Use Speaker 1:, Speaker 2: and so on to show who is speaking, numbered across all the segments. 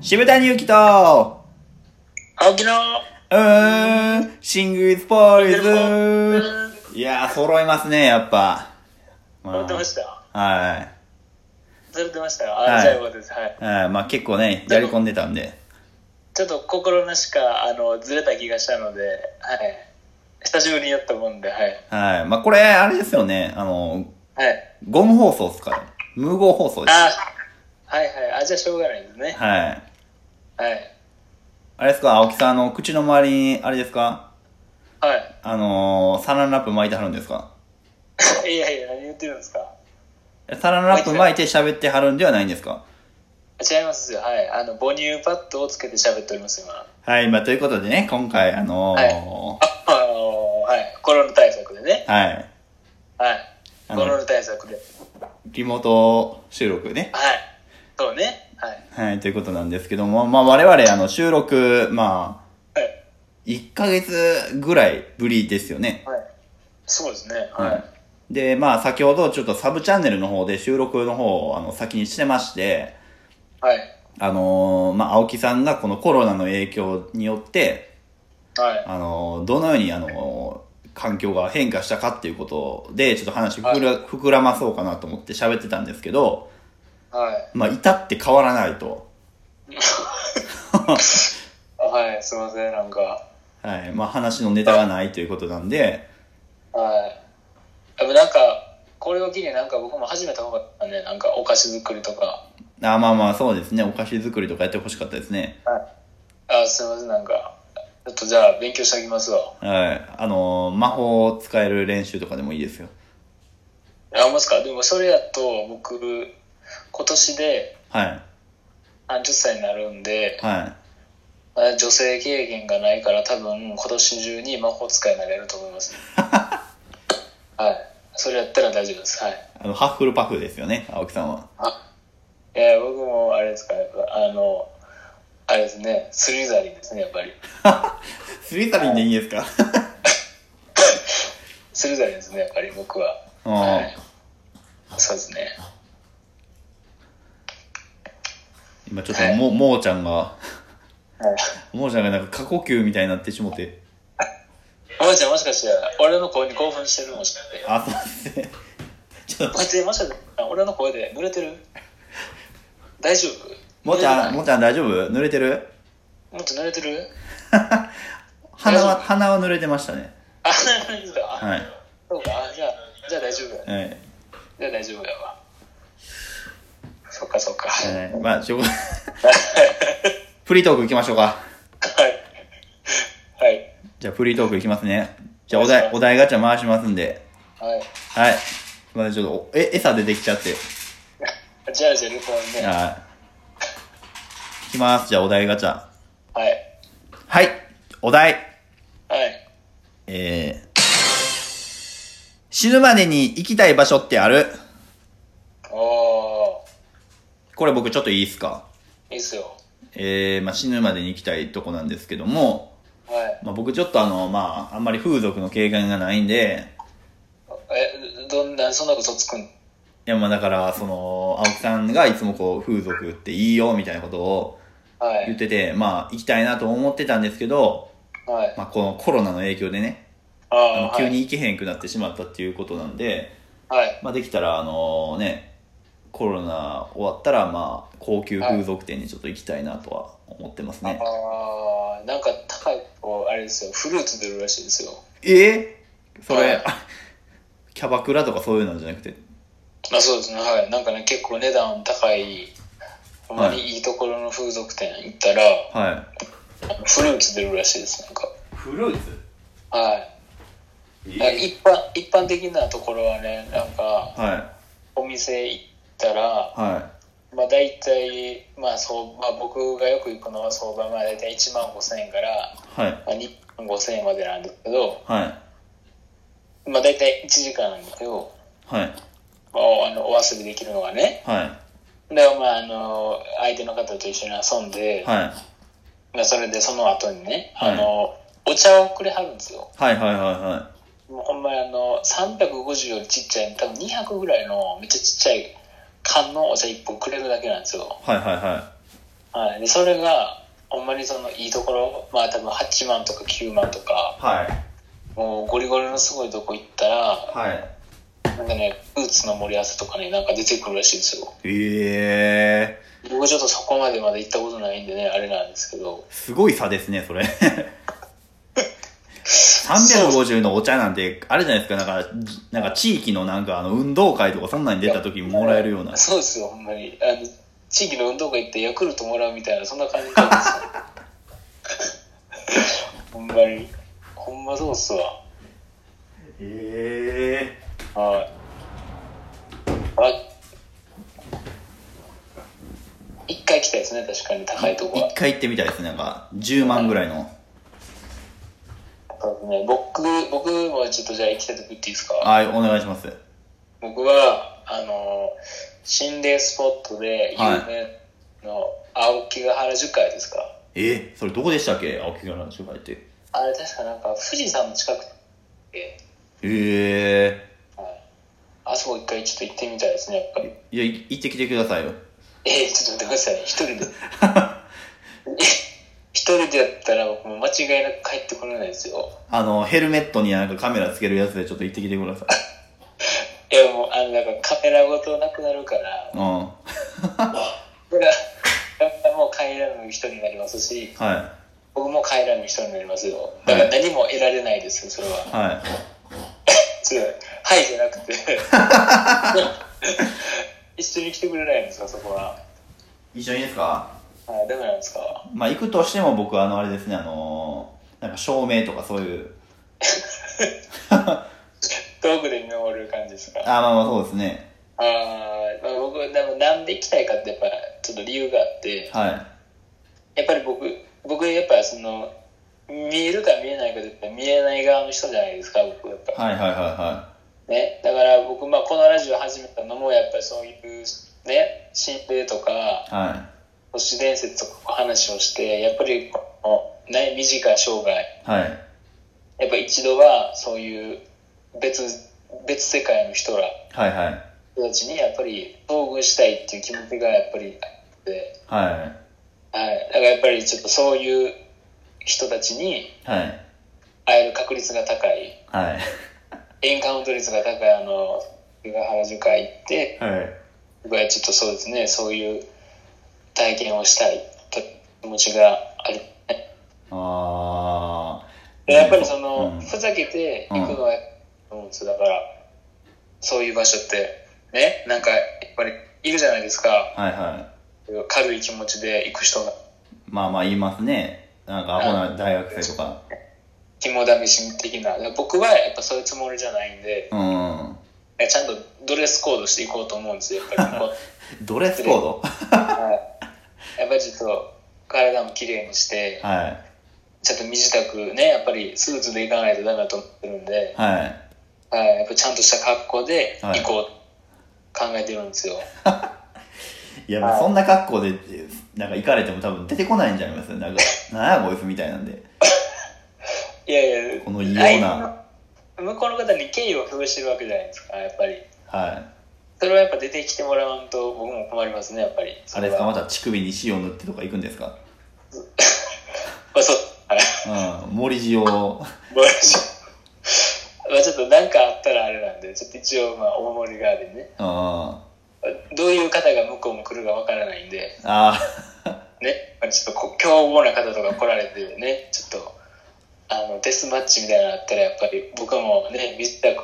Speaker 1: 渋谷ゆきと、
Speaker 2: 青木の
Speaker 1: うーん、シングルスポール
Speaker 2: う
Speaker 1: ズいやー、揃いますね、やっぱ。ま
Speaker 2: 撮ってました。
Speaker 1: あ、は
Speaker 2: 撮ってましたよ。
Speaker 1: は
Speaker 2: あ、
Speaker 1: い
Speaker 2: じゃあよかったです。はい。
Speaker 1: い。はい、まあ結構ね、やり込んでたんで。
Speaker 2: ちょっと心なしか、あの、ずれた気がしたので、はい。久しぶりにやったもんで、はい。
Speaker 1: はい。まあこれ、あれですよね、あの、
Speaker 2: はい。
Speaker 1: ゴム放送っすから。無合放送です。
Speaker 2: あ、はいはい。あ、じゃあしょうがないですね。
Speaker 1: はい。
Speaker 2: はい。
Speaker 1: あれですか、青木さん、あの、口の周りに、あれですか
Speaker 2: は
Speaker 1: あのー、サランラップ巻いてはるんですか
Speaker 2: い。い やいや、何言ってるんですか
Speaker 1: サランラップ巻いて喋ってはるんではないんですか
Speaker 2: 違いますよ。はい。あの、母乳パッドをつけて喋っております、今。
Speaker 1: はい、まあということでね、今回、あのー、
Speaker 2: ああの、はい。コロナ対策でね。
Speaker 1: はい。
Speaker 2: はい。
Speaker 1: あ
Speaker 2: コ
Speaker 1: の
Speaker 2: ロナ対策で。
Speaker 1: リモート収録ね。
Speaker 2: はい。そうね。はい。
Speaker 1: はい、ということなんですけども、まあ我々あの収録、まあ、
Speaker 2: はい。
Speaker 1: 1ヶ月ぐらいぶりですよね。
Speaker 2: はい。そうですね。はい。
Speaker 1: はい。で、まあ先ほどちょっとサブチャンネルの方で収録の方をあの先にしてまして、
Speaker 2: はい。
Speaker 1: あのーまあ青木さんがこのコロナの影響によって、
Speaker 2: はい。
Speaker 1: あのーどのようにあのー環境が変化したかっていうことで、ちょっと話膨ら,、膨らまそうかなと思って喋ってたんですけど、
Speaker 2: はい。
Speaker 1: まあ至って変わらないと。
Speaker 2: はい、すいません、なんか。
Speaker 1: はい。まあ話のネタがないということなんで、
Speaker 2: はい。でもなんか、これを機になんか僕も始めた方がいいかね、なんかお菓子作りとか。
Speaker 1: あまあまあそうですね。お菓子作りとかやってほしかったですね。
Speaker 2: あ、すいません、なんか。ちょっとじゃあ勉強しておきますわ。
Speaker 1: はい。あのー魔法を使える練習とかでもいいですよ。
Speaker 2: あ、もしか、でもそれやと僕、今年で
Speaker 1: はい。
Speaker 2: 30歳になるんで、
Speaker 1: は
Speaker 2: まあ女性経験がないから多分今年中に魔法使いになれると思います。はい。それやったら大丈夫です。はい。
Speaker 1: い。あの、ハッフルパフですよね、青木さんは。
Speaker 2: いや僕もあれですかやっぱあのあれですねスリザリンですねやっぱり
Speaker 1: スリザリンでいいですか
Speaker 2: スリザリンですねやっぱり僕は
Speaker 1: うん
Speaker 2: はいそうですね
Speaker 1: 今ちょっとも、もーちゃんが、
Speaker 2: はい
Speaker 1: もーちゃんがなんか過呼吸みたいになってしもて。
Speaker 2: おばあちゃんもしかして俺の声に興奮してるもしかして
Speaker 1: あ、そうですね。 ちょっ
Speaker 2: お
Speaker 1: と、
Speaker 2: ばあちゃんもしかして俺の声で濡れてる大丈夫
Speaker 1: もーちゃん、
Speaker 2: 濡れ
Speaker 1: も
Speaker 2: てない
Speaker 1: ーちゃん大丈夫濡れてる
Speaker 2: もっと濡れてる
Speaker 1: 鼻
Speaker 2: 大
Speaker 1: は、
Speaker 2: 丈夫
Speaker 1: 鼻は濡れてましたね。
Speaker 2: あ 濡れてた、
Speaker 1: はい。
Speaker 2: そうかあじゃあじゃあ大丈夫や
Speaker 1: はい。
Speaker 2: じゃあ大丈夫やわそっかそっかはい
Speaker 1: はい。 まあ、しょうがフリートーク行きましょうか。
Speaker 2: はい
Speaker 1: じゃあ、フリートークいきますね。じゃあ、お題、お題ガチャ回しますんで。
Speaker 2: はい
Speaker 1: はい。すいません、ちょっと、おえ、餌出てきちゃって。
Speaker 2: じゃあじゃあ旅行ね
Speaker 1: はい。いきます。じゃあ、お題ガチャ。
Speaker 2: はい
Speaker 1: はい。お題。
Speaker 2: はい。
Speaker 1: えー、死ぬまでに行きたい場所ってある
Speaker 2: お
Speaker 1: これ僕ちょっといいっすか
Speaker 2: ー、いいっすよ。
Speaker 1: えー、まあ、死ぬまでに行きたいとこなんですけども、
Speaker 2: はい。
Speaker 1: まあ、僕ちょっとあの、まあ、あんまり風俗の経験がないんで、
Speaker 2: え、どんな、そんなことつくん
Speaker 1: いやまあだからその青木さんがいつもこう風俗っていいよみたいなことを
Speaker 2: は
Speaker 1: 言っ
Speaker 2: い。
Speaker 1: ててまあ行きたいなと思ってたんですけど、
Speaker 2: はい。
Speaker 1: まあ、このコロナの影響でね
Speaker 2: あ
Speaker 1: あの
Speaker 2: あ、
Speaker 1: 急に行けへんくなってしまったっていうことなんで、
Speaker 2: はい。はい。
Speaker 1: まあ、できたらあのねコロナ終わったらまあ高級風俗店にちょっと行きたいなとは思ってますね、
Speaker 2: ああ、なんか高い、こう、あれですよ、フルーツ出るらしいですよ。
Speaker 1: えー、そ
Speaker 2: は
Speaker 1: れ
Speaker 2: い
Speaker 1: あキャバクラとかそういうのじゃなくて
Speaker 2: まあそうですね、はい。なんかね、結構値段高い、ほんまにいいところの風俗店行ったら、
Speaker 1: は
Speaker 2: フルーツ出るらしいです、なんか。
Speaker 1: いフルーツ
Speaker 2: はい。なんか一般、一般的なところはね、なんか、
Speaker 1: はい
Speaker 2: お店行ったら、
Speaker 1: は
Speaker 2: まあ、大体、まあそうまあ、僕がよく行くのは相場まあ大体1万5000円か
Speaker 1: い
Speaker 2: ら、
Speaker 1: はい
Speaker 2: まあ、2万5000円までなんですけど、
Speaker 1: はい
Speaker 2: まあ、大体1時間なんですけど、
Speaker 1: はい
Speaker 2: まあ、おあのお遊びできるのがね
Speaker 1: はい
Speaker 2: で、まあ、あの相手の方と一緒に遊ん
Speaker 1: は
Speaker 2: で、
Speaker 1: い
Speaker 2: まあ、それでその後にね、
Speaker 1: はい
Speaker 2: あのお茶をくれはるんですよ
Speaker 1: はいはいはいは
Speaker 2: もうほんまにあの350よりちっちゃい多分200ぐらいのめっちゃちっちゃい缶のお茶1本くれるだけなんですよ
Speaker 1: いはいはいは
Speaker 2: はい、でそれがほんまにそのいいところまあ多分8万とか9万とか
Speaker 1: はい。
Speaker 2: もうゴリゴリのすごいとこ行ったら
Speaker 1: はい。
Speaker 2: なんかねブーツの盛り合わせとかねなんか出てくるらしいんですよ
Speaker 1: ええ
Speaker 2: 僕ちょっとそこまでまで行ったことないんでねあれなんですけど
Speaker 1: ー、すごい差ですね、それ。350のお茶なんて、あれじゃないですか、なんか、じなんか地域のなんかあの運動会とかそんなに出た時もらえるような。
Speaker 2: そうですよほんまにあの地域の運動会行ってヤクルトもらうみたいなそんな感じなんです よほんまにほんまそうっすわ
Speaker 1: ええ
Speaker 2: はい。あ一回来たですね、確かに高いとこは
Speaker 1: 一。回行ってみたいですね、なんか、10万ぐらいの。
Speaker 2: そうですね、僕、僕もちょっとじゃあ行きたいとこ言っていいですか
Speaker 1: はい、お願いします。
Speaker 2: 僕は、あの、心霊スポットで有名の青木ヶ原樹海ですか、
Speaker 1: えー、それどこでしたっけ青木から紹介って。
Speaker 2: あれ確かなんか富士山の近くで、
Speaker 1: え
Speaker 2: はい、あそこ一回ちょっと行ってみたいですね、やっぱり。
Speaker 1: えー、いや、い行ってきてくださいよ。
Speaker 2: えー、ちょっと待ってくださいね、一人で。 一人でやったら僕もう間違いなく帰ってこれないですよ。
Speaker 1: あの、ヘルメットになんかカメラつけるやつでちょっと行ってきてください。
Speaker 2: いやもう、あの、なんかカメラごとなくなるから、
Speaker 1: うん。 は
Speaker 2: これは もう帰らぬ人になりますし、
Speaker 1: い。は
Speaker 2: 僕も帰らぬ人になりますよ。だから何も得られないですよ、それは。 違う。はいじゃなくて。 一緒に来てくれないんですか、そこは。
Speaker 1: い。一緒にいいですか
Speaker 2: はい、ダメなんですか
Speaker 1: まあ、行くとしても僕はあの、あれですね、あのーなんか照明とかそういう、
Speaker 2: 遠くで見守る感じですか
Speaker 1: あーまあまあそうですね。
Speaker 2: あーまあ、僕でもなんで行きたいかってやっぱちょっと理由があって
Speaker 1: はい。
Speaker 2: やっぱり僕僕やっぱその見えるか見えないかで言ったら見えない側の人じゃないですか僕やっぱ、
Speaker 1: はいはいはいは
Speaker 2: ねだから僕、まあ、このラジオ始めたのもやっぱりそういうね心霊とか
Speaker 1: い。はい。
Speaker 2: 都市伝説とか話をしてやっぱりこの、ね、短い生涯
Speaker 1: はい。
Speaker 2: やっぱ一度はそういう別別世界の人ら
Speaker 1: はいはい。
Speaker 2: 人たちにやっぱり遭遇したいっていう気持ちがやっぱりあって。
Speaker 1: はい。
Speaker 2: はい、だからやっぱりちょっとそういう人たちに
Speaker 1: はい。
Speaker 2: 会える確率が高い
Speaker 1: はい。
Speaker 2: エンカウント率が高いあの湯ヶ原樹海行って
Speaker 1: はい。
Speaker 2: 僕はちょっとそうですねそういう体験をしたいと気持ちがある
Speaker 1: あー。
Speaker 2: でやっぱりその、
Speaker 1: うん
Speaker 2: ふざけて行くのは思うんですよだからそういう場所ってねなんかやっぱりいるじゃないですか
Speaker 1: はいは
Speaker 2: 軽い気持ちで行く人が
Speaker 1: い。まあまあ言いますね。なんかアホな大学生とか。
Speaker 2: 肝試し的な僕はやっぱそういうつもりじゃないんで
Speaker 1: うん。
Speaker 2: えちゃんとドレスコードしていこうと思うんですよ、やっぱ りこう。
Speaker 1: ドレスコード
Speaker 2: はい、やっぱりちょっと体も綺麗にして、
Speaker 1: はい。
Speaker 2: ちょっと身支度ね、やっぱりスーツで行かないとダメだと思ってるんで、
Speaker 1: はい。
Speaker 2: はい、やっぱちゃんとした格好で行こう、考えてるんですよ。
Speaker 1: いや、もうそんな格好で、なんか行かれても多分出てこないんじゃないますなんか、なんやこいつみたいなんで。
Speaker 2: いやいや、
Speaker 1: この異様な
Speaker 2: 相手の向こうの方に敬意を表してるわけじゃないですか、やっぱり。
Speaker 1: はい。
Speaker 2: それはやっぱ出てきてもらわんと僕も困りますね、やっぱり。
Speaker 1: あれですか
Speaker 2: ま
Speaker 1: また乳首に塩塗ってとか行くんですか
Speaker 2: あ、そう。はい
Speaker 1: う ん。森塩を。
Speaker 2: まあちょっと何かあったらあれなんで、ちょっと一応まあお守り側でね。
Speaker 1: うん。あ
Speaker 2: どういう方が向こうも来るかわからないんで、
Speaker 1: あ
Speaker 2: ね、まあちょっとこ凶暴な方とか来られてね、ちょっと、あの、デスマッチみたいなのあったら、やっぱり僕もね、身支度、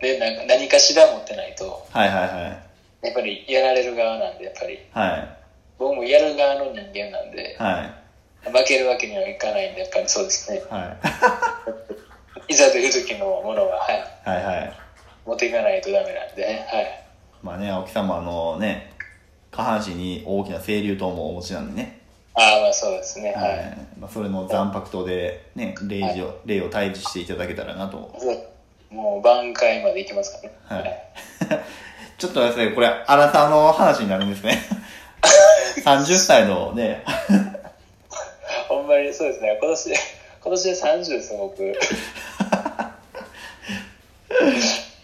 Speaker 2: ね、なんか何かしら持ってないと、
Speaker 1: ー。はいはいはい。
Speaker 2: やっぱりやられる側なんで、やっぱり、
Speaker 1: はい。
Speaker 2: 僕もやる側の人間なんで、
Speaker 1: はい。
Speaker 2: 負けるわけにはいかないんで、やっぱりそうですね、
Speaker 1: はい。
Speaker 2: いざという時のものは、はい、
Speaker 1: はいはい。
Speaker 2: 持っていかないとダメなんでね、はい。
Speaker 1: まあね、青木さんもあのね、下半身に大きな清流刀もお持ちなんでね。
Speaker 2: ああ、まあそうですね、はい。
Speaker 1: い。まあ、それの残白刀で、ね、霊を、霊を退治していただけたらなと。
Speaker 2: もう挽回までいきますからね。
Speaker 1: はいちょっとですね、これ、荒さの話になるんですね。30歳のね、
Speaker 2: ほんまにそうですね、今年、 今年で30です、 僕。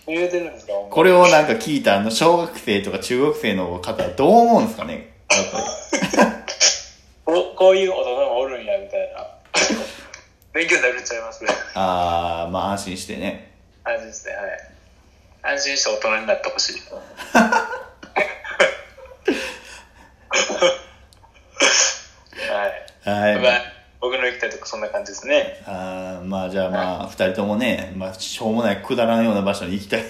Speaker 2: 言うてるんですか、ほんまに
Speaker 1: これをなんか聞いたあの小学生とか中学生の方はどう思うんですかねやっぱり。
Speaker 2: こういう大人もおるんや、みた いな。勉強になるっちゃいますね。
Speaker 1: ああ、まあ安心してね。
Speaker 2: 安心して、はい。安心して大人になってほしい。 はい。
Speaker 1: はい。
Speaker 2: まあ、僕の行きたいとこそんな感じですね。
Speaker 1: あーまあじゃあまあ、二人ともね、まあ、しょうもないくだらんような場所に行きたい。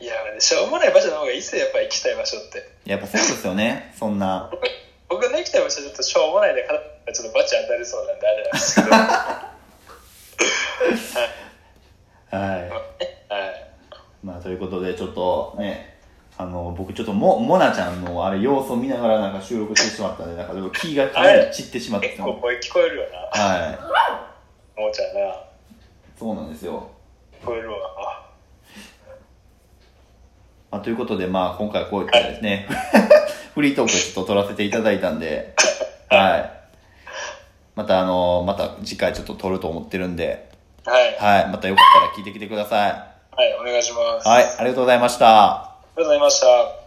Speaker 2: いや、しょうもない場所の方がいいっすよ、やっぱ行きたい場所って。
Speaker 1: やっぱそうですよね。そんな。
Speaker 2: 僕の行きたい場所ちょっとしょうもないで、かちょっとバチ当たりそうなんであれなんですけど。は。
Speaker 1: はいい。まあということで、ちょっとね、あの、僕ちょっとも、もなちゃんのあれ、様子を見ながらなんか収録してしまったんで、なんかちょっと気がかなり散ってしまって
Speaker 2: 結
Speaker 1: た
Speaker 2: 構声聞こえるよな、
Speaker 1: は
Speaker 2: もうちゃんな。
Speaker 1: い。そうなんですよ。
Speaker 2: 聞こえるわ。
Speaker 1: まあ、ということで、まあ今回はこういったですね、 フリートークをちょっと取らせていただいたんで、はい。またあの、また次回ちょっと撮ると思ってるんで、
Speaker 2: はい。
Speaker 1: はい。またよかったら聞いてきてください。
Speaker 2: はい、お願いします。
Speaker 1: はい
Speaker 2: ありが、
Speaker 1: ありがとうございました。
Speaker 2: とうございました。